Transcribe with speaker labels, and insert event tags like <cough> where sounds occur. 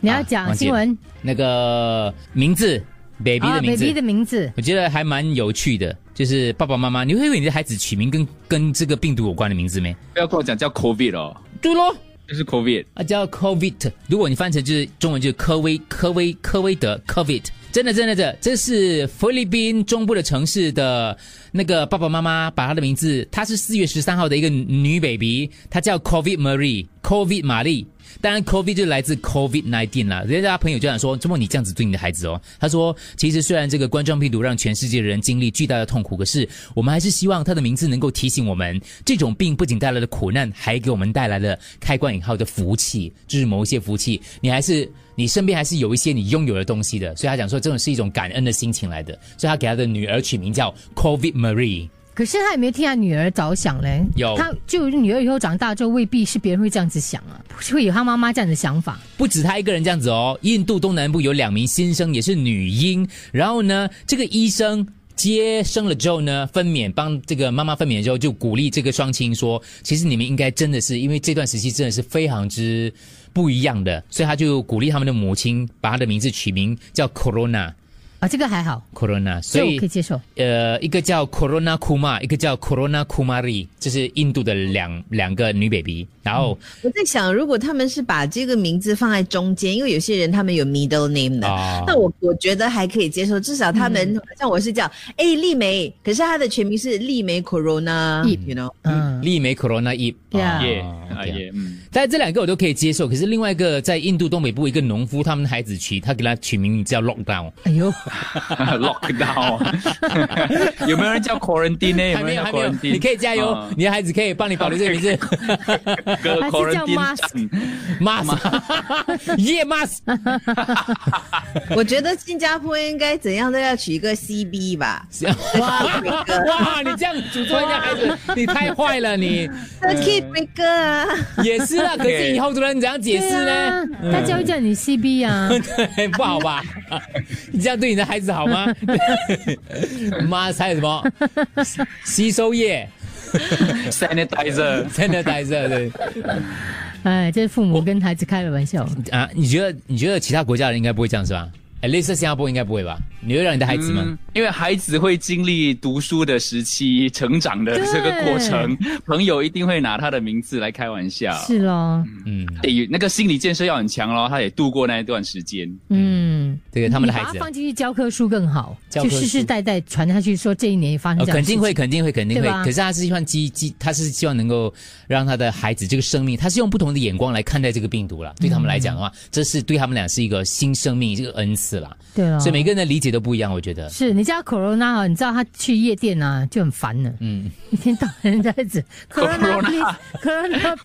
Speaker 1: 你要
Speaker 2: 啊
Speaker 1: 讲
Speaker 2: 忘记
Speaker 1: 新
Speaker 2: 了
Speaker 1: 闻
Speaker 2: 那个名字，baby 的名字。
Speaker 1: 啊，baby 的名字，
Speaker 2: 我觉得还蛮有趣的，就是爸爸妈妈，你会为你的孩子取名跟跟这个病毒有关的名字没？
Speaker 3: 不要跟我讲叫 COVID 哦，
Speaker 2: 对咯，
Speaker 3: 就是 COVID。
Speaker 2: 啊叫 COVID，如果你翻成就是中文就是科威科威科威德 COVID，真的真的真的，这是菲律宾中部的城市的那个爸爸妈妈把她的名字，她是四月十三号的一个女 baby，她叫 COVID Marie，COVID 玛丽。当然，COVID 就来自 COVID 19啦。人家朋友就想说，怎么你这样子对你的孩子哦？他说，其实虽然这个冠状病毒让全世界的人经历巨大的痛苦，可是我们还是希望他的名字能够提醒我们，这种病不仅带来了苦难，还给我们带来了开关引号的福气，就是某一些福气，你还是你身边还是有一些你拥有的东西的。所以他讲说，这种是一种感恩的心情来的，所以他给他的女儿取名叫 COVID Marie。
Speaker 1: 可是他也没有替他女儿着想嘞。
Speaker 2: 有
Speaker 1: 他就女儿以后长大之后，未必是别人会这样子想啊，会有他妈妈这样的想法。
Speaker 2: 不止他一个人这样子哦，印度东南部有两名新生也是女婴，然后呢，这个医生。接生了之后呢，分娩帮这个妈妈分娩的时候，就鼓励这个双亲说，其实你们应该真的是因为这段时期真的是非常之不一样的，所以他就鼓励他们的母亲把她的名字取名叫 Corona
Speaker 1: 啊，这个还好，
Speaker 2: Corona，所
Speaker 1: 这
Speaker 2: 以
Speaker 1: 我可以接受。
Speaker 2: 呃，一个叫 Corona Kuma，一个叫 Corona Kumari，这是印度的两两个女 baby，然后
Speaker 4: 我在想，如果他们是把这个名字放在中间，因为有些人他们有 middle name 的，
Speaker 2: 啊
Speaker 4: 那我我觉得还可以接受，至少他们、像我是叫哎丽梅，可是她的全名是丽梅 Corona，you know，
Speaker 1: 嗯，
Speaker 2: 丽梅 Corona 一
Speaker 1: Yeah 啊
Speaker 3: 耶啊
Speaker 2: 啊耶。
Speaker 3: 耶，嗯， <laughs>
Speaker 2: 但这两个我都可以接受，可是另外一个在印度东北部一个农夫，他们的孩子取他给他取名叫 Lockdown，
Speaker 1: 哎呦，
Speaker 3: lockdown，有 <laughs> 没有人叫 quarantine
Speaker 2: <laughs>
Speaker 3: 呢？
Speaker 2: 还没有
Speaker 3: 有
Speaker 2: 还没
Speaker 3: 人叫
Speaker 2: 有，
Speaker 3: quarantine？
Speaker 2: 你可以加油，
Speaker 3: 啊
Speaker 2: <laughs> 你的孩子可以帮你保留这个名字 <laughs>
Speaker 3: 哥
Speaker 1: 还是叫
Speaker 3: quarantine
Speaker 1: mask
Speaker 3: 站
Speaker 2: ，Mas，耶 <laughs> Mas，
Speaker 4: 我觉得新加坡应该怎样都要取一个 CB 吧
Speaker 2: 哇哇， <laughs> 你这样诅咒人家孩 <laughs> 子，你太坏了你，
Speaker 4: ，Circuit Breaker 啊，
Speaker 2: 也是啦， <laughs> 可是以后的人怎样解释
Speaker 1: 对
Speaker 2: 呢嗯
Speaker 1: 啊？，大家会叫你 CB
Speaker 2: <laughs>
Speaker 1: 啊。
Speaker 2: 对，不好吧？ <laughs> 你这样对你的孩子好 <laughs> 吗？Mas 还有什么？吸收液
Speaker 3: sanitizer。
Speaker 2: ，sanitizer，对。
Speaker 1: 哎，这是父母跟孩子开的玩笑。
Speaker 2: 啊，你觉得你觉得其他国家的人应该不会这样是吧？哎，类似新加坡应该不会吧？你会让你 <laughs> 的孩子们、
Speaker 3: 嗯，因为孩子会经历读书的时期、成长的这个过程，朋友一定会拿他的名字来开玩笑。
Speaker 1: 是咯，
Speaker 3: 得那个心理建设要很强咯，他也度过那一段时间。
Speaker 1: 嗯，
Speaker 2: 这个他们的
Speaker 1: 你
Speaker 2: 孩
Speaker 1: 把
Speaker 2: 子啊
Speaker 1: 它，放进去教科书更好，
Speaker 2: 教科
Speaker 1: 就
Speaker 2: 书
Speaker 1: 世世代代传下去，说这一年发生
Speaker 2: 呃，
Speaker 1: 这样的
Speaker 2: 肯
Speaker 1: 事情、
Speaker 2: 定会，肯定会，肯定会
Speaker 1: 对。吧
Speaker 2: 可是他是希望激激，他是希望能够让他的孩子这个生命，他是用不同的眼光来看待这个病毒
Speaker 1: 嗯
Speaker 2: 啦。对他们来讲的话，这是对他们俩是一个新生命，这个恩赐啦。
Speaker 1: 对了。
Speaker 2: 所以每个人的理解都不一样，我觉得。
Speaker 1: 是你叫 Corona 啊，你知道他去夜店啊就很烦了，嗯，一天到晚在这 Corona please Corona